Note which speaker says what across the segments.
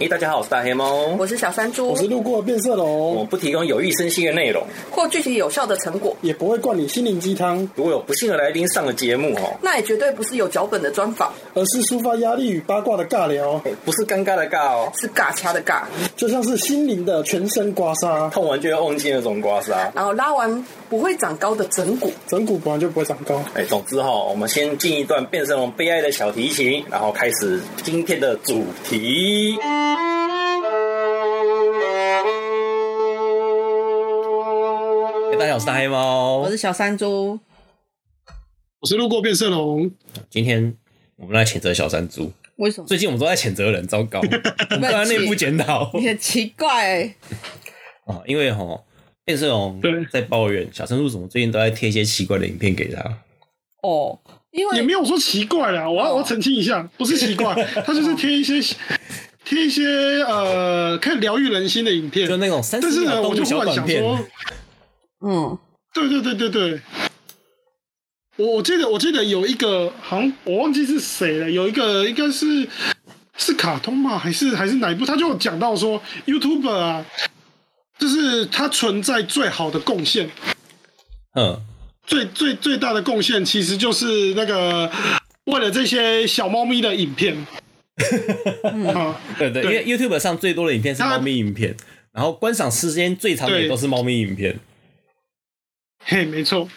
Speaker 1: 哎、大家好，我是大黑猫。
Speaker 2: 我是小山猪
Speaker 3: 我，是路过的变色
Speaker 1: 我
Speaker 3: 龙，
Speaker 1: 不提供有益身心的内容。
Speaker 2: 或具体有效的成果，
Speaker 3: 也不会灌你心灵鸡汤，
Speaker 1: 如果有不幸的来宾上了节目哦，
Speaker 2: 那也绝对不是有脚本的专访，
Speaker 3: 而是抒发压力与八卦的尬聊，
Speaker 1: 哎不是尴尬的尬哦，
Speaker 2: 是尬掐的尬，
Speaker 3: 就像是心灵的全身刮痧。
Speaker 1: 痛完就要忘记那种刮痧。
Speaker 2: 然后拉完不会长高的整骨。
Speaker 3: 整骨本来就不会长高，
Speaker 1: 哎，总之哈、我们先进一段变身龙悲哀的小提琴，然后开始今天的主题。
Speaker 4: 大家好，我是大黑猫
Speaker 2: 我。是小山猪，
Speaker 3: 我是路过变色龙，
Speaker 4: 今天我们来谴责小山猪。
Speaker 2: 为什么？
Speaker 4: 最近我们都在谴责人，糟糕， 我们在内部检讨
Speaker 2: 你很奇怪、欸，
Speaker 4: 啊，因为哈，变色龙
Speaker 3: 对
Speaker 4: 在抱怨小山猪怎么最近都在贴一些奇怪的影片给他。
Speaker 2: 哦，因
Speaker 3: 也
Speaker 2: 为
Speaker 3: 没有说奇怪啦，我
Speaker 4: 哦
Speaker 3: 要我要澄清一下，不是奇 怪，他就是贴一些贴一些呃，可以疗愈人心的影片
Speaker 4: 就。那种三
Speaker 3: 但
Speaker 4: 十
Speaker 3: 是
Speaker 4: 秒
Speaker 3: 呢，
Speaker 4: 动
Speaker 3: 我
Speaker 4: 物
Speaker 3: 就
Speaker 4: 小
Speaker 3: 忽然
Speaker 4: 短
Speaker 3: 想
Speaker 4: 片，
Speaker 3: 说，
Speaker 2: 嗯，
Speaker 3: 对对对对对，我我记得我记得有一个，好像我忘记是谁了，有一个应该是是卡通嘛，还是还是哪一部？他就有讲到说，YouTube 啊，就是它存在最好的贡献，
Speaker 4: 嗯，
Speaker 3: 最最最大的贡献其实就是那个为了这些小猫咪的影片。啊，
Speaker 4: 对对，因
Speaker 3: 对
Speaker 4: 为 YouTube 上最多的影片是
Speaker 3: 他
Speaker 4: 猫咪影片，然后观赏时间最长的也
Speaker 3: 对
Speaker 4: 都是猫咪影片。
Speaker 3: 嘿，没错。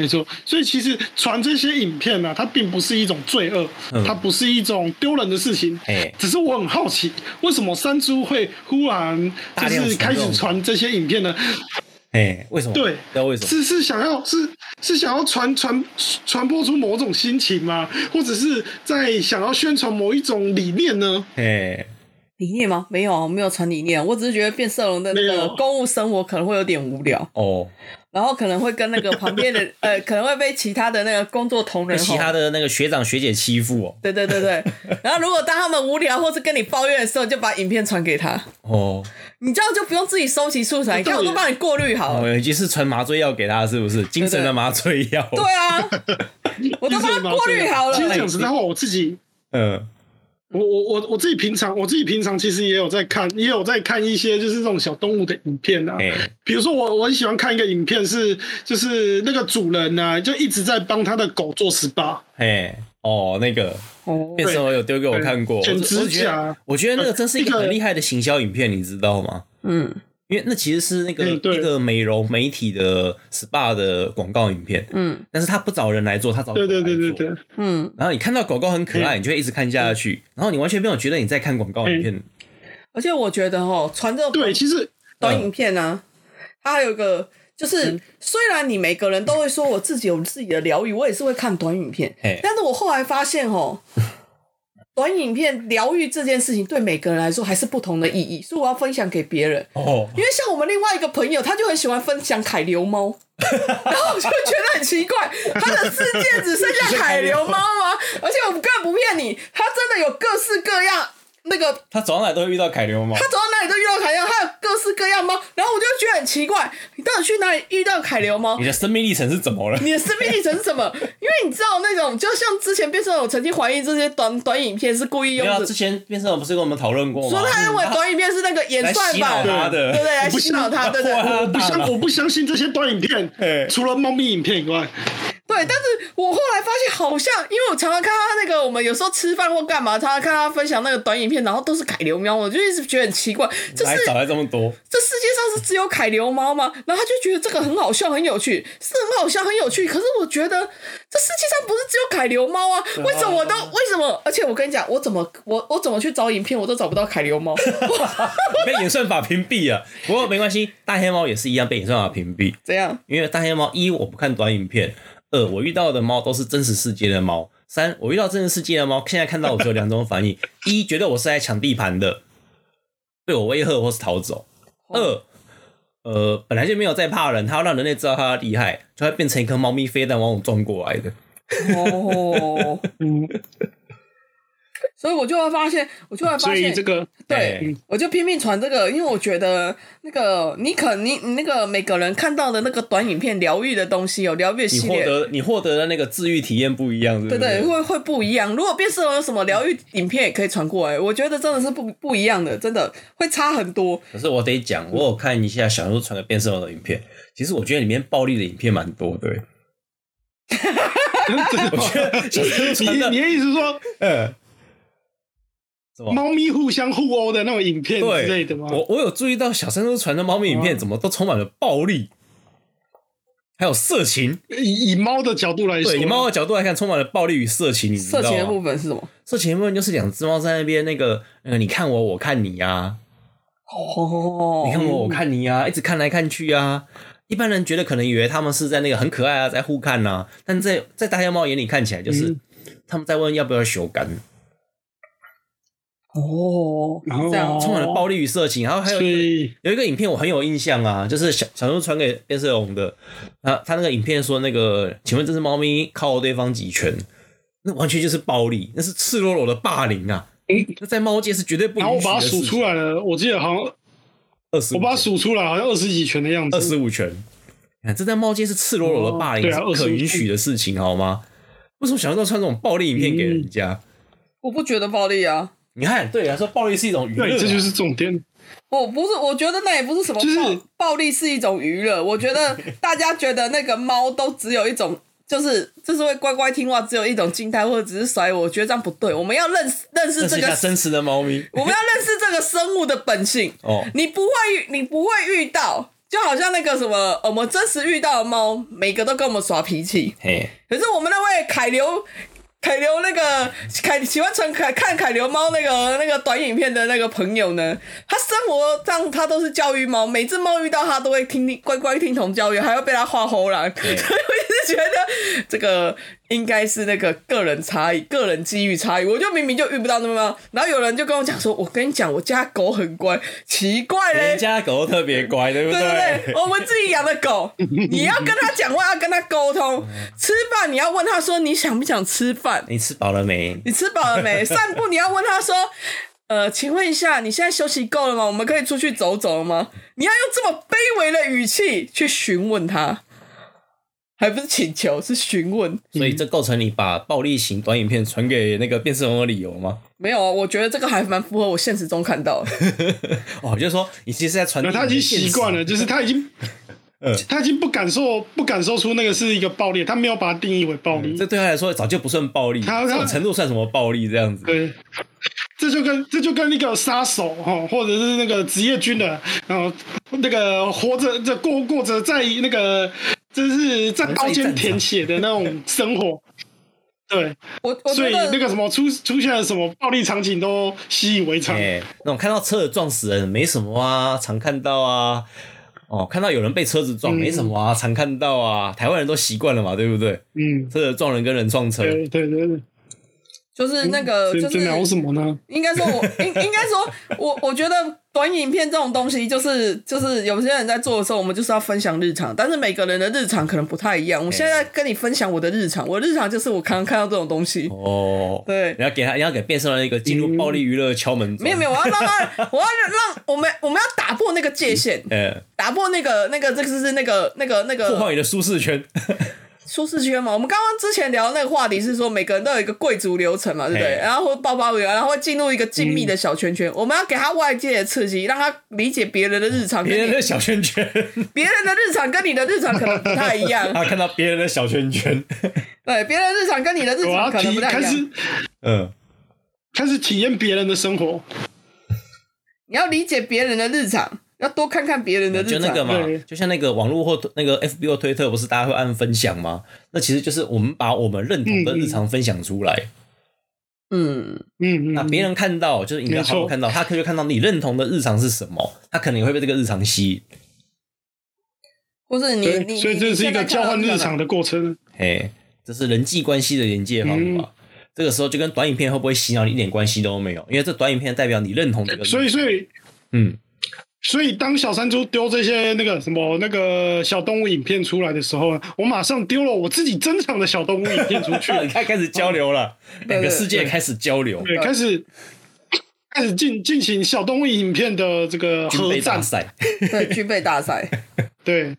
Speaker 3: 没错，所以其实传这些影片呢、啊，它并不是一种罪恶，
Speaker 4: 嗯
Speaker 3: 它不是一种丢人的事情，
Speaker 4: 哎，
Speaker 3: 只是我很好奇，为什么山猪会忽然
Speaker 4: 大
Speaker 3: 就
Speaker 4: 量
Speaker 3: 是
Speaker 4: 使用
Speaker 3: 开始传这些影片呢？
Speaker 4: 哎，为什么？
Speaker 3: 对
Speaker 4: 不知道为什么？
Speaker 3: 是是想要是是想要传传传播出某种心情吗？或者是在想要宣传某一种理念呢？
Speaker 4: 哎，
Speaker 2: 理念吗？没有啊，我没有传理念，我只是觉得变色龙的那
Speaker 3: 没
Speaker 2: 个
Speaker 3: 有
Speaker 2: 公务生活可能会有点无聊，
Speaker 4: 哦，
Speaker 2: 然后可能会跟那个旁边的呃，可能会被其他的那个工作同
Speaker 4: 被
Speaker 2: 仁吼
Speaker 3: 哦
Speaker 4: 其他的那个学长学姐欺负哦。
Speaker 2: 对对对对，然后如果当他们无聊或是跟你抱怨的时候，你就把影片传给他，
Speaker 4: 哦，
Speaker 2: 你这样就不用自己收集素材，你
Speaker 3: 对
Speaker 2: 看我都帮你过滤好了。
Speaker 4: 哦，已经是传麻醉药给他，是不是？精神的麻醉药。
Speaker 2: 对啊，我都帮他过滤好了哎
Speaker 3: 其。实讲实在话，我自己
Speaker 4: 嗯，
Speaker 3: 我我我我自己平常我自己平常其实也有在看，也有在看一些就是这种小动物的影片啊。
Speaker 4: 哎、
Speaker 3: 比如说我我很喜欢看一个影片是，就是那个主人呢、啊、就一直在帮他的狗做 SPA。
Speaker 4: 哎，哦，那个
Speaker 2: 哦
Speaker 4: 变色龙有丢给我看过，
Speaker 3: 对
Speaker 4: 我
Speaker 3: 剪指甲
Speaker 4: 我觉得我觉得那个真是一
Speaker 3: 一
Speaker 4: 个
Speaker 3: 个
Speaker 4: 很厉害的行销影片，你知道吗？
Speaker 2: 嗯
Speaker 4: 因为那其实是那个、
Speaker 3: 哎对
Speaker 4: 一个美容媒体的 SPA 的广告影片，
Speaker 2: 嗯
Speaker 4: 但是他不找人来做，他找狗来
Speaker 3: 对
Speaker 4: 做
Speaker 3: 对对对
Speaker 4: 哦
Speaker 3: 嗯对。
Speaker 2: 嗯，
Speaker 4: 然后你看到狗狗很可爱，你就会一直看下去，然后你完全没有觉得你在看广
Speaker 3: 嗯
Speaker 4: 告影片。
Speaker 2: 而且我觉得哦，传这种
Speaker 3: 对，其实
Speaker 2: 短影片
Speaker 4: 嗯
Speaker 2: 呢、它还有一个就是，虽然你每个人都会说我自己有自己的疗愈，我也是会看短影片
Speaker 4: 嘿，
Speaker 2: 但是我后来发现 哦。短影片疗愈这件事情对每个人来说还是不同的意义，所以我要分享给别人。
Speaker 4: 哦，
Speaker 2: 因为像我们另外一个朋友，他就很喜欢分享海流猫， 然后我就觉得很奇怪，他的世界只剩下海流猫吗？而且我根本不骗你，他真的有各式各样那个。
Speaker 4: 他走到哪都会遇到凯流猫
Speaker 2: 他。走到哪里都遇到海流，他有各式各样猫，然后我就觉得很奇怪，你到底去哪里遇到海流猫
Speaker 4: 你？的生命历程是怎么了？
Speaker 2: 你的生命历程是什么？因为你知道那种，就像之前变成我曾经怀疑这些短短影片是故意
Speaker 4: 没
Speaker 2: 用
Speaker 4: 有啊，
Speaker 2: 的，
Speaker 4: 之前变色龙不是跟我们讨论过吗？
Speaker 2: 说他认为短影片是那个演
Speaker 4: 啊来
Speaker 2: 算
Speaker 4: 洗
Speaker 2: 法
Speaker 4: 脑，他的，
Speaker 2: 对不对？来
Speaker 3: 不
Speaker 2: 洗脑他，对不对？
Speaker 4: 哇
Speaker 3: 我不相我不相信这些短影
Speaker 4: 哎
Speaker 3: 片，除了猫咪影片以外，
Speaker 2: 对，但是我后来发现，好像因为我常常看他那个，我们有时候吃饭或干嘛，常常看他分享那个短影片，然后都是凯流喵，我就一直觉得很奇怪，这
Speaker 4: 还
Speaker 2: 是
Speaker 4: 找来这么 多，
Speaker 2: 这世界上是只有凯流猫吗？然后他就觉得这个很好笑，很有趣，是很好笑，很有趣。可是我觉得这世界上不是只有凯流猫啊，为什么我都为什么？而且我跟你讲，我怎么我我怎么去找影片，我都找不到凯流猫。
Speaker 4: 被演算法屏蔽了。不过没关系，大黑猫也是一样被演算法屏蔽，
Speaker 2: 怎样？
Speaker 4: 因为大黑猫一我不看短影片，二我遇到的猫都是真实世界的猫，三我遇到真实世界的猫，现在看到我只有两种反应： 一觉得我是在抢地盘的，被我威吓或是逃走；二呃本来就没有在怕人，它要让人类知道它的厉害，就会变成一颗猫咪飞弹往我撞过来的。
Speaker 2: 哦，
Speaker 3: 嗯，
Speaker 2: 所以我就会发现，我就会发
Speaker 3: 所以
Speaker 2: 现，
Speaker 3: 这 个
Speaker 2: 对，
Speaker 4: 哎
Speaker 2: 我就拼命传这个，因为我觉得那个你可你你那个每个人看到的那个短影片疗愈的东西哦，疗愈
Speaker 4: 你
Speaker 2: 系
Speaker 4: 获
Speaker 2: 列，
Speaker 4: 得你获得的那个治愈体验不一样，
Speaker 2: 对
Speaker 4: 对不对
Speaker 2: 对，？会会不一样。如果变色龙有什么疗愈影片，也可以传过来。我觉得真的是不不一样的，真的会差很多。
Speaker 4: 可是我得讲，我有看一下小人物传给变色龙的影片，其实我觉得里面暴力的影片蛮多的。
Speaker 3: 你
Speaker 4: 我觉得小人物传的，
Speaker 3: 你的意思是说，
Speaker 4: 嗯，什么？
Speaker 3: 猫咪互相互殴的那种影片
Speaker 4: 对
Speaker 3: 之类的吗？
Speaker 4: 我我有注意到小山猪传的猫咪影片，
Speaker 3: 哦
Speaker 4: 怎么都充满了暴力，还有色情。
Speaker 3: 以以猫的角度来说，
Speaker 4: 对，以猫的角度来看，充满了暴力与色情，你知道
Speaker 2: 色
Speaker 4: 吗？
Speaker 2: 情的部分是什么？
Speaker 4: 色情的部分就是两只猫在那边那个，那个你看我，我看你呀、啊，
Speaker 2: 哦，
Speaker 4: 你看我，我看你呀、啊，一直看来看去啊。一般人觉得可能以为他们是在那个很可爱啊，在互看呐、啊，但在在大家猫眼里看起来就是、
Speaker 2: 嗯
Speaker 4: 他们在问要不要修改，
Speaker 2: 哦，
Speaker 3: 然后
Speaker 2: 这样
Speaker 4: 充满了暴力与色情，然后还有
Speaker 3: 所
Speaker 4: 一个
Speaker 3: 以
Speaker 4: 有一个影片我很有印象啊，就是小小猪传给变色龙的，他他那个影片说那个，请问这只猫咪靠对方几拳？那完全就是暴力，那是赤裸裸的霸凌啊！那在猫界是绝对不允
Speaker 3: 然啊后我
Speaker 4: 许
Speaker 3: 把它
Speaker 4: 的
Speaker 3: 数
Speaker 4: 事
Speaker 3: 出
Speaker 4: 情。
Speaker 3: 来了，我记得好像
Speaker 4: 二十，
Speaker 3: 我把它数出来，好像二十几拳的样
Speaker 4: 二
Speaker 3: 子。
Speaker 4: 十五拳，看这在猫界是赤裸裸的霸
Speaker 3: 哦
Speaker 4: 凌，
Speaker 3: 对啊
Speaker 4: 是不可
Speaker 3: 25
Speaker 4: 允许的事情，好吗？为什么小猪要传这种暴力影片给人家？
Speaker 3: 嗯
Speaker 2: 我不觉得暴力啊，
Speaker 4: 你看，对你来说，暴力是一种娱乐啊、
Speaker 3: 对，这就是重点。
Speaker 2: 我不是，我觉得那也不是什么暴、
Speaker 3: 就是
Speaker 2: 暴力是一种娱乐。我觉得大家觉得那个猫都只有一种，就是就是会乖乖听话，只有一种静态或者只是甩尾，我觉得这样不对。我们要认识认识
Speaker 4: 认识
Speaker 2: 这
Speaker 4: 一
Speaker 2: 个
Speaker 4: 下，真实的猫咪
Speaker 2: 我们要认识这个生物的本性。
Speaker 4: 哦。
Speaker 2: 你不会遇，你不会遇到，就好像那个什么，我们真实遇到的猫，每个都跟我们耍脾气。
Speaker 4: 嘿，
Speaker 2: 可是我们那位凯流，凯流那个凯喜欢传凯看凯流猫那个那个短影片的那个朋友呢，他生活上他都是教育猫，每只猫遇到他都会听听乖乖听从教育，还要被他画喉 狼，所以我一直觉得这个应该是那个个人差异、个人机遇差异。我就明明就遇不到那么猫，然后有人就跟我讲说，我跟你讲，我家狗很乖，奇怪嘞
Speaker 4: 人，家的狗都特别乖，对不
Speaker 2: 对对对，我们自己养的 狗，你要跟它讲话，要跟它沟通。
Speaker 3: 嗯
Speaker 2: 吃饭你要问它说你想不想吃饭，
Speaker 4: 你吃饱了没？
Speaker 2: 你吃饱了 没？散步你要问它说，呃，请问一下，你现在休息够了吗？我们可以出去走走了吗？你要用这么卑微的语气去询问它，还不是请求，是询问。
Speaker 4: 所
Speaker 3: 嗯
Speaker 4: 以这构成你把暴力型短影片传给那个变色龙的理由吗？
Speaker 2: 没有啊，我觉得这个还蛮符合我现实中看到的。
Speaker 4: 哦，就是说你其实在传递
Speaker 3: 那他已经习惯了，就是他已经
Speaker 4: 嗯，
Speaker 3: 他已经不感受不感受出那个是一个暴力，他没有把它定义为暴力
Speaker 4: 嗯啊这。对他来说早就不算暴力，
Speaker 3: 他
Speaker 4: 这种程度算什么暴力？这样子，
Speaker 3: 对，这就跟这就跟那个杀手哈，或者是那个职业军人，然后那个活着这过过着在那个就是在刀尖舔血的那种生活。对，
Speaker 2: 我我
Speaker 3: 所
Speaker 2: 觉
Speaker 3: 以
Speaker 2: 得
Speaker 3: 那个什么出出现了什么暴力场景都习以为常。
Speaker 4: 哎、那种看到车子撞死人没什么啊，常看到啊。哦，看到有人被车子撞
Speaker 3: 嗯
Speaker 4: 没什么啊，常看到啊，台湾人都习惯了嘛，对不对？
Speaker 3: 嗯，
Speaker 4: 车子撞人跟人撞车，
Speaker 3: 对对对对，
Speaker 2: 就是那个
Speaker 3: 这
Speaker 2: 就
Speaker 3: 这
Speaker 2: 是
Speaker 3: 聊什么呢？
Speaker 2: 应该说我，应应该说我，我觉得短影片这种东西，就是就是有些人在做的时候，我们就是要分享日常，但是每个人的日常可能不太一样。我现在
Speaker 4: 哎
Speaker 2: 跟你分享我的日常，我的日常就是我刚刚看到这种东西，
Speaker 4: 哦，
Speaker 2: 对
Speaker 4: 你要给他，你要给变色龙一个进入暴力娱乐敲门
Speaker 2: 没有没
Speaker 4: 有，
Speaker 2: 有，我要让他，我要让我们我们要打破那个界限，
Speaker 4: 呃，
Speaker 2: 打破那个那个这个是那个那个那
Speaker 4: 破坏
Speaker 2: 个
Speaker 4: 你的舒适圈，
Speaker 2: 舒适圈嘛。我们刚刚之前聊的那个话题是说，每个人都有一个贵族流程嘛，对不对？
Speaker 4: 嘿
Speaker 2: 然后会爆发流，然后会进入一个静谧的
Speaker 3: 嗯
Speaker 2: 小圈圈。我们要给他外界的刺激，让他理解别人的日常，
Speaker 4: 别人的小 圈圈，
Speaker 2: 别人的日常跟你的日常可能不太一样，
Speaker 4: 他看到别人的小圈圈，
Speaker 2: 对，别人的日常跟你的日
Speaker 3: 我要
Speaker 2: 常可能
Speaker 3: 体
Speaker 2: 不太
Speaker 3: 开
Speaker 2: 一
Speaker 3: 始
Speaker 2: 样。
Speaker 4: 嗯，
Speaker 3: 开始体验别人的生活。
Speaker 2: 你要理解别人的日常，要多看看别人的日
Speaker 4: 就
Speaker 2: 常。
Speaker 4: 那个嘛
Speaker 3: 啊对，
Speaker 4: 就像那个网络或那个 FB 或推特，不是大家会按分享吗？那其实就是我们把我们认同的日常分享出来，
Speaker 2: 嗯，
Speaker 3: 嗯嗯，
Speaker 4: 那别人看到就是你的好友看到，他可以看到你认同的日常是什么，他可能也会被这个日常吸引。
Speaker 2: 或是你
Speaker 3: 对
Speaker 2: 你，
Speaker 3: 所以这是一个交换日常
Speaker 2: 的。
Speaker 3: 的过程。
Speaker 4: 嘿，这是人际关系的连接方法。
Speaker 3: 嗯
Speaker 4: 这个时候就跟短影片会不会洗脑你一点关系都没有，因为这短影片代表你认同这个。
Speaker 3: 所以所以
Speaker 4: 嗯，
Speaker 3: 所以当小山猪丢这些那个什么那个小动物影片出来的时候，啊我马上丢了我自己珍藏的小动物影片出 去，
Speaker 4: 开开始交流
Speaker 3: 哦
Speaker 4: 了，两个
Speaker 2: 对对
Speaker 4: 世界开始交流，
Speaker 3: 对，开始开始进进行小动物影片的这个
Speaker 4: 军
Speaker 3: 核
Speaker 4: 备大
Speaker 3: 战，
Speaker 4: 赛，
Speaker 2: 对军备大赛，
Speaker 3: 对，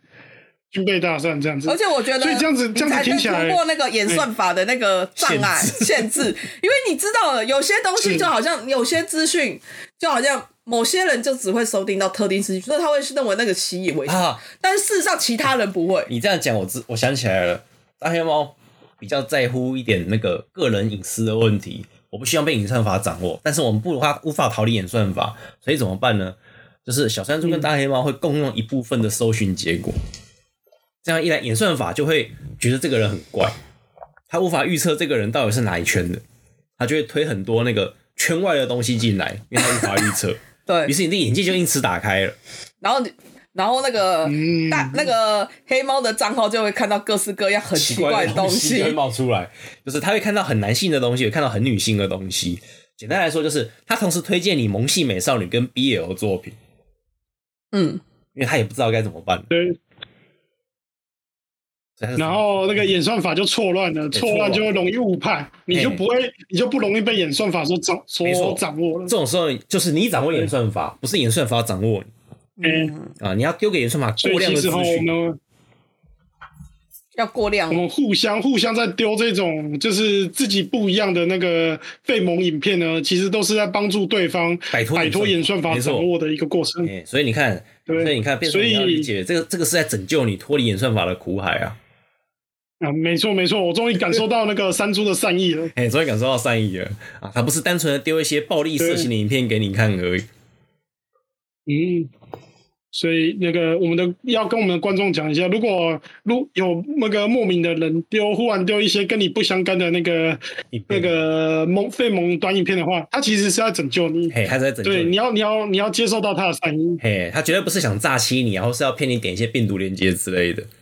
Speaker 3: 军备大战这样子
Speaker 2: 而。且我觉得，
Speaker 3: 所以这样子
Speaker 2: 你
Speaker 3: 这样子
Speaker 2: 才
Speaker 3: 听
Speaker 2: 能
Speaker 3: 起来
Speaker 2: 突破那个演算法的那个障 碍
Speaker 4: 限
Speaker 2: 限制，因为你知道了，有些东西
Speaker 3: 是
Speaker 2: 就好像有些资讯，就好像某些人就只会收听到特定资讯，所以他会认为那个习以为常，
Speaker 4: 啊！
Speaker 2: 但是事实上其他人不会。
Speaker 4: 你这样讲，我知我想起来了，大黑猫比较在乎一点那个个人隐私的问题。我不希望被演算法掌握，但是我们不法无法逃离演算法，所以怎么办呢？就是小山猪跟大黑猫会共用一部分的搜寻结果，这样一来，演算法就会觉得这个人很怪，他无法预测这个人到底是哪一圈的，他就会推很多那个圈外的东西进来，因为他无法预测，于
Speaker 2: 对，
Speaker 4: 是你的眼界就因此打开了。
Speaker 2: 然后你然后那个、
Speaker 3: 嗯
Speaker 2: 大那个黑猫的账号就会看到各式各样很奇怪的东
Speaker 4: 就会冒出来，就是他会看到很男性的东西，也看到很女性的东西。简单来说，就是他同时推荐你萌系美少女跟 BL 作品，
Speaker 2: 嗯，
Speaker 4: 因为他也不知道该怎么办。
Speaker 3: 对，
Speaker 4: 所以他就嗯
Speaker 3: 然后那个演算法就错乱
Speaker 4: 哎
Speaker 3: 了，错乱就容易误判，你就不会，你就不容易被演算法所掌
Speaker 4: 没错
Speaker 3: 所掌握了
Speaker 4: 这。种时候，就是你掌握演算法，不是演算法掌握你
Speaker 3: 嗯，
Speaker 4: 啊！你要丢给演算法
Speaker 3: 所以
Speaker 4: 过量
Speaker 3: 其
Speaker 4: 的资
Speaker 3: 实哈，我
Speaker 4: 讯，
Speaker 3: 们
Speaker 2: 要过量
Speaker 3: 我。们互相互相在丢这种就是自己不一样的那个费蒙影片呢，其实都是在帮助对方
Speaker 4: 摆脱
Speaker 3: 摆脱演算法
Speaker 4: 没错
Speaker 3: 掌握的一个过程。
Speaker 4: 哎，所以你看，
Speaker 3: 对
Speaker 4: 所以你看，变成
Speaker 3: 所以
Speaker 4: 你要理解这个，这个是在拯救你脱离演算法的苦海啊！
Speaker 3: 啊，没错没错，我终于感受到那个山猪的善意 了。
Speaker 4: 哎，终于感受到善意了啊！他不是单纯的丢一些暴力色情的影片给你看而已。
Speaker 3: 嗯，所以那个我们的要跟我们的观众讲一下，如果如有那个莫名的人丢，忽然丢一些跟你不相干的那个
Speaker 4: 影
Speaker 3: 那
Speaker 4: 片
Speaker 3: 个蒙费蒙短影片的话，他其实是在拯救你。
Speaker 4: 嘿，他是在拯救
Speaker 3: 对，
Speaker 4: 你
Speaker 3: 你要你要你要接受到他的善意。
Speaker 4: 嘿，他绝对不是想诈欺你，然后是要骗你点一些病毒链接之类的。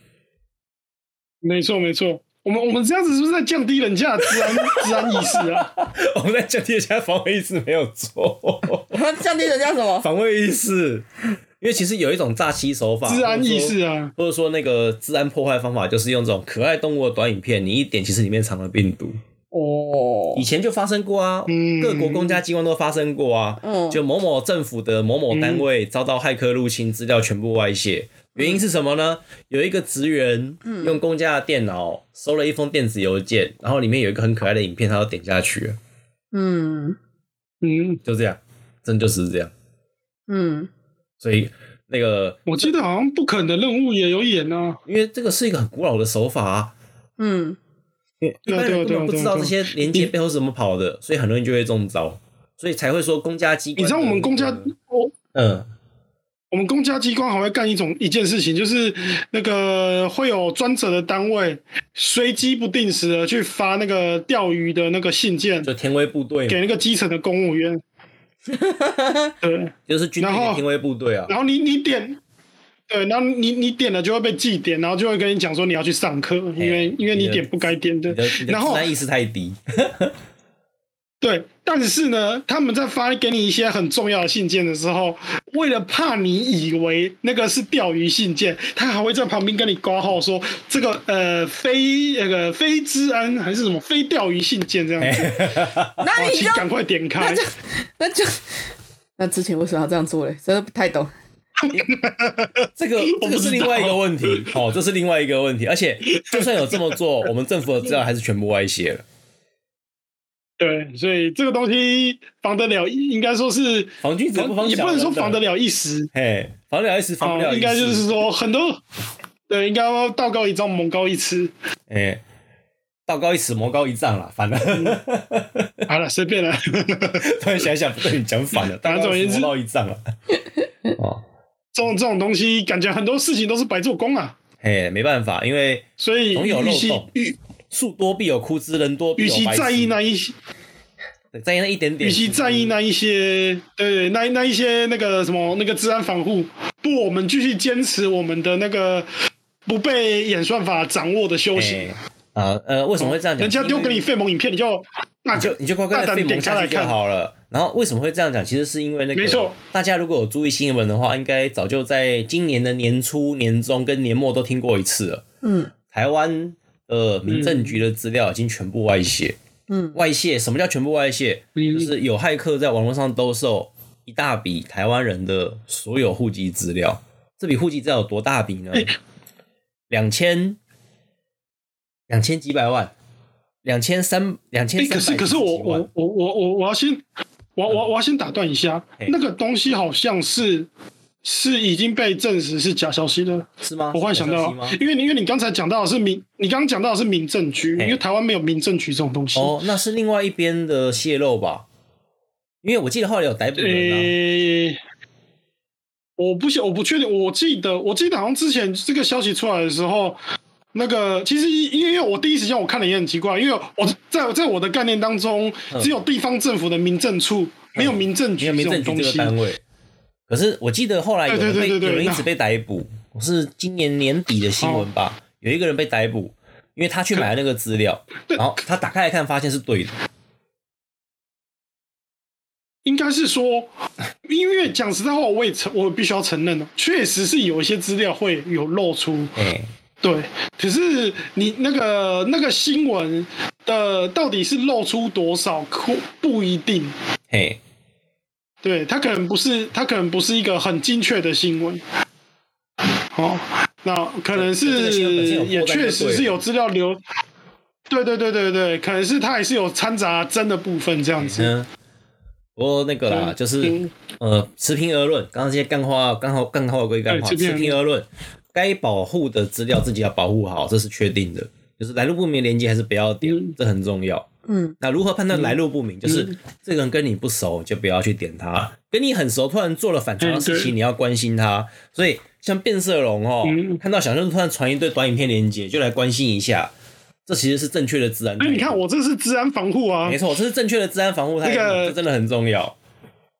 Speaker 3: 没错没错，我们我们这样子是不是在降低人家的 治安治安意识啊？
Speaker 4: 我们在降低人家防卫意识没有错，
Speaker 3: 嗯
Speaker 2: 降低人家什么？
Speaker 4: 防卫意识，因为其实有一种诈欺手法，
Speaker 3: 治安意识
Speaker 4: 啊，
Speaker 3: 啊？
Speaker 4: 或者说那个治安破坏方法，就是用这种可爱动物的短影片，你一点其实里面藏了病毒。
Speaker 2: 哦
Speaker 4: 以，前就发生过啊，
Speaker 3: 嗯
Speaker 4: 各国公家机关都发生过啊，
Speaker 2: 嗯
Speaker 4: 就某某政府的某某单位遭到骇客入侵，资料全部外泄，原因是什么呢？有一个职员用公家的电脑收了一封电子邮件，然后里面有一个很可爱的影片，他要点下去了，
Speaker 2: 嗯
Speaker 3: 嗯，
Speaker 4: 就这样，真就是这样，
Speaker 2: 嗯，
Speaker 4: 所以。那个，
Speaker 3: 我记得好像不可能的任务也有演啊。
Speaker 4: 因为这个是一个很古老的手法啊，
Speaker 2: 嗯，
Speaker 4: 因为一
Speaker 3: 对啊
Speaker 4: 般
Speaker 3: 对啊对
Speaker 4: 人根
Speaker 3: 啊
Speaker 4: 本不
Speaker 3: 对啊
Speaker 4: 知道
Speaker 3: 对
Speaker 4: 这
Speaker 3: 啊
Speaker 4: 些连接背后是怎么跑的，所以很多人就会中招，所以才会说公家机关。
Speaker 3: 你知道我们公家，我
Speaker 4: 嗯，
Speaker 3: 我们公家机关还会干一种一件事情，就是那个会有专责的单位随机不定时的去发那个钓鱼的那个信件
Speaker 4: 就天威部队嘛
Speaker 3: 给，那个基层的公务 员。对，
Speaker 4: 就是军队
Speaker 3: 然
Speaker 4: 的
Speaker 3: 后
Speaker 4: 天威部队啊。
Speaker 3: 然后你你点，对，然后你你点了就会被记点，然后就会跟你讲说你要去上课，因为因为
Speaker 4: 你
Speaker 3: 你
Speaker 4: 的
Speaker 3: 点不该点的
Speaker 4: 你的你。的
Speaker 3: 然后
Speaker 4: 自然意识 太低，
Speaker 3: 对，但是呢，他们在发给你一些很重要的信件的时候，为了怕你以为那个是钓鱼信件，他还会在旁边跟你挂号说这个呃非那个非治安还是什么非钓鱼信件这样
Speaker 4: 哎
Speaker 3: 子，
Speaker 2: 那
Speaker 3: 哇
Speaker 2: 你
Speaker 3: 请
Speaker 2: 就
Speaker 3: 赶快点开
Speaker 2: 那。就那就 那之前为什么要这样做嘞？真的不太懂。
Speaker 4: 这个这个是另外一个问题，哦，这是另外一个问题，而且就算有这么 做，我们政府的资料还是全部外泄了，
Speaker 3: 对，所以这个东西防得了，应该说是
Speaker 4: 防君子不防
Speaker 3: 也
Speaker 4: 小
Speaker 3: 不能
Speaker 4: 人
Speaker 3: 说
Speaker 4: 的
Speaker 3: 防得了一时，
Speaker 4: 嘿，防得了一时，防不
Speaker 3: 哦，
Speaker 4: 了一世
Speaker 3: 应该就是说很多。对，应该要道高一丈，魔高一尺。
Speaker 4: 哎，道高一尺，魔高一丈啦，反了，
Speaker 3: 嗯好了，随便了。
Speaker 4: 突然想一想，不对，你讲 反了，
Speaker 3: 反正
Speaker 4: 道高
Speaker 3: 总而
Speaker 4: 一
Speaker 3: 言
Speaker 4: 尺，
Speaker 3: 之
Speaker 4: 魔高一丈了，哦，
Speaker 3: 这种这种东西，感觉很多事情都是白做工啊。
Speaker 4: 嘿，没办法，因为
Speaker 3: 所以
Speaker 4: 总有漏
Speaker 3: 与其
Speaker 4: 洞
Speaker 3: 与
Speaker 4: 树多必有枯枝，人多必
Speaker 3: 与
Speaker 4: 有
Speaker 3: 其
Speaker 4: 白
Speaker 3: 在意
Speaker 4: 痴，
Speaker 3: 那一些，
Speaker 4: 对在意那一点点，
Speaker 3: 与其在意那一些，对那那一些那个什么那个治安防护，不，我们继续坚持我们的那个不被演算法掌握的修行。
Speaker 4: 哎啊呃，为什么会这样讲？
Speaker 3: 哦人家丢给你费蒙影片，你就那
Speaker 4: 你就你就乖乖
Speaker 3: 大
Speaker 4: 的
Speaker 3: 胆
Speaker 4: 费蒙
Speaker 3: 点开
Speaker 4: 下
Speaker 3: 来
Speaker 4: 去就
Speaker 3: 看，
Speaker 4: 好了。然后为什么会这样讲？其实是因为那个，
Speaker 3: 没错，
Speaker 4: 大家如果有注意新闻的话，应该早就在今年的年初、年中跟年末都听过一次了。
Speaker 2: 嗯
Speaker 4: 台湾呃民政局的资料已经全部外泄，
Speaker 2: 嗯，
Speaker 4: 外泄什么叫全部外泄？
Speaker 3: 嗯
Speaker 4: 就是有骇客在网络上兜售一大笔台湾人的所有户籍资料。这笔户籍资料有多大笔呢
Speaker 3: 哎？
Speaker 4: 两千两千几百万，两千三两千
Speaker 3: 哎、
Speaker 4: 三百
Speaker 3: 可是可是我
Speaker 4: 几十万
Speaker 3: 我我我我我要先，我我我要先打断一下
Speaker 4: 嘿，
Speaker 3: 那个东西好像是是已经被证实是假消息了。
Speaker 4: 是吗？
Speaker 3: 我忽然想到
Speaker 4: 啊是两千七吗，
Speaker 3: 因为你因为你刚才讲到的是民，你刚刚讲到的是民政局，
Speaker 4: 嘿
Speaker 3: 因为台湾没有民政局这种东西。
Speaker 4: 哦，那是另外一边的泄露吧？因为我记得后来有逮捕
Speaker 3: 哎
Speaker 4: 人啊，
Speaker 3: 诶、我不晓，我不确定。我记得，我记得好像之前这个消息出来的时候，那个其实因因为我第一时间我看了也很奇怪，因为我在在我的概念当中，
Speaker 4: 嗯
Speaker 3: 只有地方政府的民政处，没有民政
Speaker 4: 没
Speaker 3: 局
Speaker 4: 有
Speaker 3: 这
Speaker 4: 民
Speaker 3: 种
Speaker 4: 政局
Speaker 3: 东
Speaker 4: 这个
Speaker 3: 西。
Speaker 4: 单位。可是我记得后来有
Speaker 3: 对
Speaker 4: 人被
Speaker 3: 对对对对
Speaker 4: 有人一直
Speaker 3: 那
Speaker 4: 被逮捕，是今年年底的新闻
Speaker 3: 哦
Speaker 4: 吧？有一个人被逮捕，因为他去买了那个资料，
Speaker 3: 对
Speaker 4: 然后他打开来看，发现是对的。
Speaker 3: 应该是说，因为讲实在话，我也承，我必须要承认哦，确实是有一些资料会有露出。
Speaker 4: 哎，
Speaker 3: 对，可是你那个那个新闻的到底是露出多少，可不一定。
Speaker 4: 嘿，
Speaker 3: 对他可能不是，他可能不是一个很精确的新闻。哦，那可能
Speaker 4: 这个
Speaker 3: 是
Speaker 4: 新闻本身有
Speaker 3: 也
Speaker 4: 破绽就
Speaker 3: 确实
Speaker 4: 对
Speaker 3: 是
Speaker 4: 了
Speaker 3: 有资料流。对对对对对，可能是他也是有掺杂真的部分这样子。
Speaker 4: 嗯，不过那个啦，
Speaker 3: 嗯
Speaker 4: 就是
Speaker 3: 嗯
Speaker 4: 呃，持平而论，刚刚这些干话，刚好干话归干话，
Speaker 3: 对持
Speaker 4: 持
Speaker 3: 平而论
Speaker 4: 平而论，该保护的资料自己要保护好，这是确定的。就是来路不明的连接还是不要点
Speaker 3: 嗯，
Speaker 4: 这很重要。
Speaker 2: 嗯，
Speaker 4: 那如何判断来路不明？就是这个人跟你不熟，就不要去点他；跟你很熟，突然做了反常的事
Speaker 3: 嗯对
Speaker 4: 情，你要关心他。所以像变色龙哦，
Speaker 3: 嗯
Speaker 4: 看到小熊突然传一堆短影片连接，就来关心一下，这其实是正确的自然
Speaker 3: 那
Speaker 4: 态度。
Speaker 3: 哎你看，我这是治安防护啊
Speaker 4: 没，错，这是正确的治安防护态度，
Speaker 3: 那个
Speaker 4: 这真的很重要。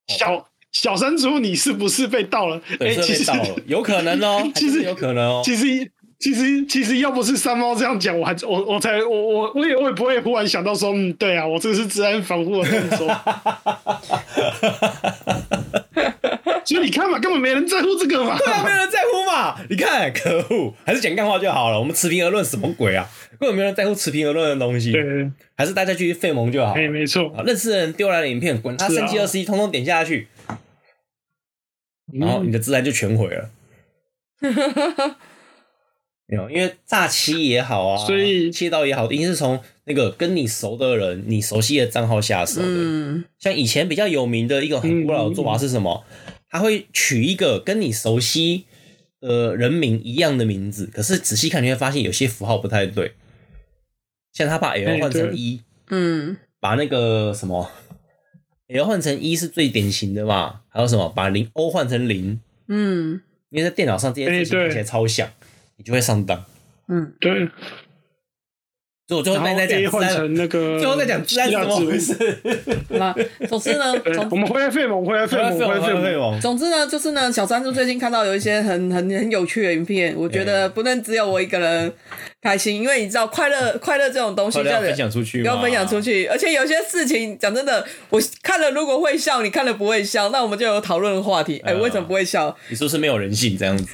Speaker 3: 小小山猪，你是不是被盗了？
Speaker 4: 对，
Speaker 3: 哎、
Speaker 4: 这
Speaker 3: 其
Speaker 4: 被
Speaker 3: 实
Speaker 4: 盗了，有可能哦，还真
Speaker 3: 其
Speaker 4: 是
Speaker 3: 实
Speaker 4: 有可能哦。
Speaker 3: 其实其实其实要不是三猫这样讲，我还我我才我我我也我也不会忽然想到说，嗯，对啊，我这是治安防护的动 作。所以你看嘛，根本没人在乎这个嘛。
Speaker 4: 对啊，没有人在乎嘛！你看，可恶，还是讲干话就好了。我们持平而论什么鬼啊？根本没有人在乎持平而论的东西，
Speaker 3: 对，
Speaker 4: 还是大家去费蒙就好了。
Speaker 3: 哎、没错，
Speaker 4: 啊，认识的人丢来的影片，滚他
Speaker 3: 是
Speaker 4: 三
Speaker 3: 啊
Speaker 4: 七二十一，通通点下去，
Speaker 3: 嗯
Speaker 4: 然后你的自然就全毁 了。没有，因为诈欺也好啊，
Speaker 3: 所以
Speaker 4: 窃盗也好，一定是从那个跟你熟的人、你熟悉的账号下手的。
Speaker 2: 嗯
Speaker 4: 像以前比较有名的一个很古老的做法是什么？他会取一个跟你熟悉的人名一样的名字，可是仔细看你会发现有些符号不太对，像他把 L
Speaker 3: 哎
Speaker 4: 换成
Speaker 3: 对
Speaker 4: E，
Speaker 2: 嗯
Speaker 4: 把那个什么 L 换成一是最典型的嘛，还有什么把零 O 换成零，
Speaker 2: 嗯
Speaker 4: 因为在电脑上这些
Speaker 3: 哎
Speaker 4: 事情看
Speaker 3: 对
Speaker 4: 起来超像，你就会上当。
Speaker 2: 嗯，
Speaker 3: 对。
Speaker 4: 所以我最
Speaker 3: 然
Speaker 4: 后
Speaker 3: 后
Speaker 4: 再再
Speaker 3: A
Speaker 4: 讲
Speaker 3: 换
Speaker 4: 自然
Speaker 3: 成那个，
Speaker 4: 最后再讲自然是
Speaker 3: 希腊
Speaker 4: 怎么
Speaker 3: 字母
Speaker 4: 回事。
Speaker 2: 好吧。总之 呢，
Speaker 3: 对
Speaker 2: 总
Speaker 3: 我们回来费蒙，回来费蒙，回来费蒙。
Speaker 4: 王，
Speaker 2: 总之呢，就是呢，小山猪最近看到有一些很很很有趣的影片，我觉得不能只有我一个人开心，因为你知道快乐快乐这种东西
Speaker 4: 快乐要
Speaker 2: 叫人
Speaker 4: 分享出去嘛，
Speaker 2: 要分享出去，而且有些事情讲真的，我看了如果会笑，你看了不会笑，那我们就有讨论的话题。哎、
Speaker 4: 嗯
Speaker 2: 为什么不会笑？
Speaker 4: 你是不是没有人性这样子？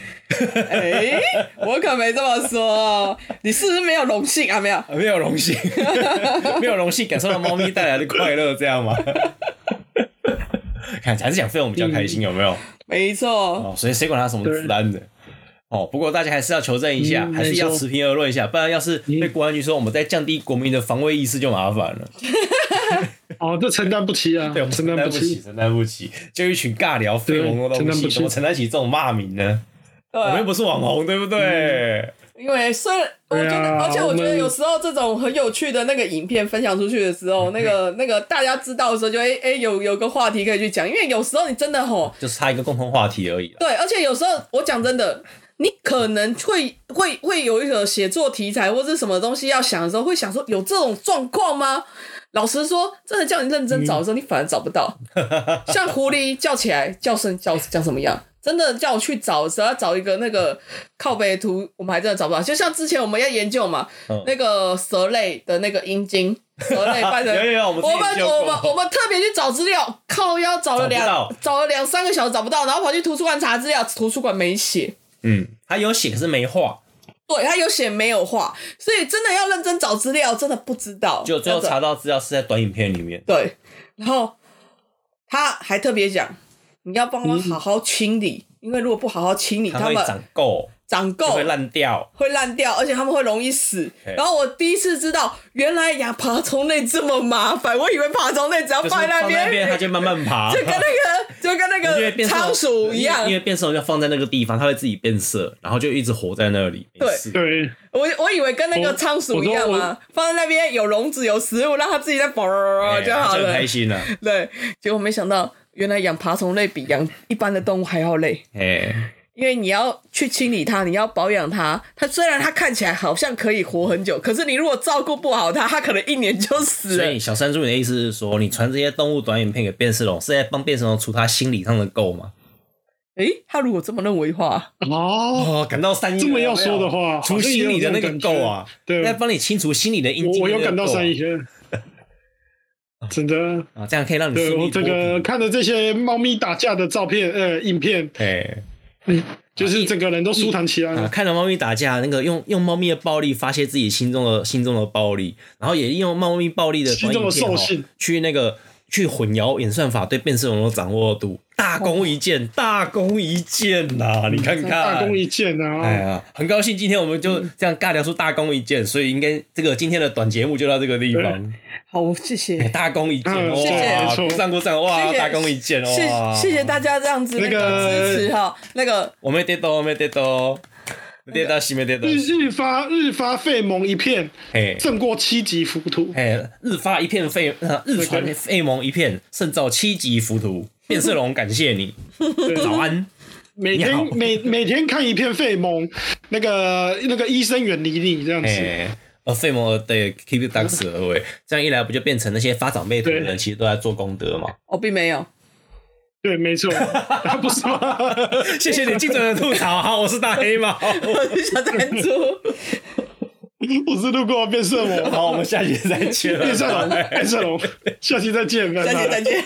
Speaker 2: 哎、我可没这么说，你是不是没有荣幸啊？没有，
Speaker 4: 没有荣幸， 没有荣幸感受到猫咪带来的快乐，这样吗？ 看，还是讲费我们比较开心，有没有？
Speaker 2: 没错，
Speaker 4: 哦，所以谁管他什么自然的？哦，不过大家还是要求证一下，
Speaker 3: 嗯
Speaker 4: 还是要
Speaker 3: 没错嗯
Speaker 4: 持平而论一下，不然要是被公安局说我们在降低国民的防卫意识就麻烦了。
Speaker 3: 哦，这承担不起啊，
Speaker 4: 对，我们
Speaker 3: 承担
Speaker 4: 承担
Speaker 3: 不
Speaker 4: 不起，
Speaker 3: 起。
Speaker 4: 承担不起，就一群尬聊非网红的
Speaker 3: 对承
Speaker 4: 东
Speaker 3: 担
Speaker 4: 西，
Speaker 3: 不起
Speaker 4: 怎么承担起这种骂名呢？
Speaker 2: 对
Speaker 4: 我
Speaker 2: 啊、
Speaker 4: 们又不是网红，对不对？
Speaker 2: 因为虽然我觉得，
Speaker 3: 对啊
Speaker 2: 而且我觉
Speaker 3: 我
Speaker 2: 得
Speaker 3: 们
Speaker 2: 有时候这种很有趣的那个影片分享出去的时候，那个那个大家知道的时候就，会哎有有个话题可以去讲，因为有时候你真的吼，
Speaker 4: 就是差一个共同话题而已啦。啊
Speaker 2: 对，而且有时候我讲真的，你可能会会会有一个写作题材或是什么东西要想的时候，会想说有这种状况吗？老实说，真
Speaker 4: 嗯
Speaker 2: 的叫你认真找的时候，你反而找不到。像狐狸叫起来叫声叫叫什么样？真的叫我去找，只要找一个那个靠背图，我们还真的找不到。就像之前我们要研究嘛，
Speaker 4: 嗯
Speaker 2: 那个蛇类的那个阴茎，蛇 类扮成
Speaker 4: 有有有我们之前
Speaker 2: 我们
Speaker 4: 研究过
Speaker 2: 我们我们特别去找资料，靠腰找了两
Speaker 4: 找不到
Speaker 2: 找了两三个小时找不到，然后跑去图书馆查资料，图书馆没写。
Speaker 4: 嗯，他有写可是没画，
Speaker 2: 对他有写没有画，所以真的要认真找资料，真的不知道。
Speaker 4: 就最后
Speaker 2: 真的
Speaker 4: 查到资料是在短影片里面。
Speaker 2: 对，然后他还特别讲，你要帮我好好清理，因为如果不好好清理，
Speaker 4: 嗯它
Speaker 2: 他
Speaker 4: 会
Speaker 2: 们
Speaker 4: 长垢，
Speaker 2: 长
Speaker 4: 就
Speaker 2: 垢
Speaker 4: 会烂掉。
Speaker 2: 会烂掉，而且他们会容易死
Speaker 4: 嘿。
Speaker 2: 然后我第一次知道，原来养爬虫类这么麻烦，我以为爬虫类只要
Speaker 4: 就是
Speaker 2: 放在那
Speaker 4: 放在
Speaker 2: 边，
Speaker 4: 那边，它就慢慢爬，
Speaker 2: 就跟那个就跟那
Speaker 4: 因为
Speaker 2: 个
Speaker 4: 变色龙
Speaker 2: 仓鼠一样
Speaker 4: 因为。因为变色龙要放在那个地方，它会自己变色，然后就一直活在那里。
Speaker 2: 对
Speaker 4: 没事
Speaker 3: 对，
Speaker 2: 我我以为跟那个
Speaker 3: 我
Speaker 2: 仓鼠
Speaker 3: 我
Speaker 2: 一
Speaker 3: 都
Speaker 2: 样
Speaker 3: 我
Speaker 2: 嘛，放在那边有笼子有食物，让它自己在啵
Speaker 4: 哎
Speaker 2: 哦就好
Speaker 4: 它就很
Speaker 2: 了
Speaker 4: 开。 心了。
Speaker 2: 对，结果没想到，原来养爬虫类比养一般的动物还要累。
Speaker 4: 哎，
Speaker 2: 因为你要去清理它，你要保养它。它虽然它看起来好像可以活很久，可是你如果照顾不好它，它可能一年就死
Speaker 4: 所
Speaker 2: 了
Speaker 4: 以。小山猪，你的意思是说，你传这些动物短影片给变色龙，是在帮变色龙除它心理上的垢吗？
Speaker 2: 诶，它如果这么认为的话，
Speaker 3: 哦，
Speaker 4: 哦，感到三一了
Speaker 3: 这么要说的话
Speaker 4: 有没有除心理的那个垢啊，
Speaker 3: 对
Speaker 4: 在帮你清除心理的阴
Speaker 3: 我
Speaker 4: 茎。
Speaker 3: 我有感到三一圈，真的。
Speaker 4: 啊，这样可以让你
Speaker 3: 对
Speaker 4: 顺
Speaker 3: 我
Speaker 4: 利
Speaker 3: 这
Speaker 4: 脱
Speaker 3: 个
Speaker 4: 贫
Speaker 3: 看着这些猫咪打架的照片，呃，影片，
Speaker 4: 哎。
Speaker 3: 就是整个人都舒坦起来
Speaker 4: 啊，
Speaker 3: 了。
Speaker 4: 看着猫咪打架，那个用用猫咪的暴力发泄自己心中的心中的暴力，然后也利用猫咪暴力的
Speaker 3: 心中的
Speaker 4: 短影片
Speaker 3: 兽性
Speaker 4: 哦去那个去混淆演算法对变色龙的掌握度，大功一件，大功一件呐、你看看，
Speaker 3: 哦嗯大功一件
Speaker 4: 哎
Speaker 3: 啊！
Speaker 4: 呀，很高兴今天我们就这样尬聊出大功一件，所以应该这个今天的短节目就到这个地方，
Speaker 2: 好，谢谢，
Speaker 4: 哎大功一件，
Speaker 3: 嗯
Speaker 2: 谢谢
Speaker 4: 哇，
Speaker 3: 没错
Speaker 4: 鼓掌鼓掌，哇，
Speaker 2: 谢谢
Speaker 4: 大功一件，
Speaker 2: 谢
Speaker 4: 哇，
Speaker 2: 谢谢大家这样子那
Speaker 3: 那
Speaker 2: 个
Speaker 3: 个
Speaker 2: 支持哈。那个
Speaker 4: 我没跌倒，我没跌
Speaker 3: 哎
Speaker 4: 倒，没跌倒，西没跌倒，
Speaker 3: 日日发日发费蒙一片，
Speaker 4: 嘿。
Speaker 3: 胜过七级浮屠。
Speaker 4: 哎，日发一片废，呃日传废蒙一片，胜造七级浮屠。变色龙，感谢 你，早安。
Speaker 3: 每
Speaker 4: 你好
Speaker 3: 天每每天看一片费蒙，那个那个医生远离你这样子。
Speaker 4: 哎，呃，废蒙而对 keep it ducks 而为，这样一来不就变成那些发长辈图的人
Speaker 3: 对
Speaker 4: 其实都在做功德吗？
Speaker 2: 我哦并没有，
Speaker 4: 哦
Speaker 3: 对，没错，啊不是吗？
Speaker 4: 谢谢你精准的吐槽，好，我是大黑猫，
Speaker 2: 我是 小山猪，
Speaker 3: 我是路过变色龙，
Speaker 4: 好，我们 下期再见了，
Speaker 3: 变色龙，变色龙，下期再见，拜
Speaker 2: 下期再。
Speaker 3: 拜
Speaker 2: 见。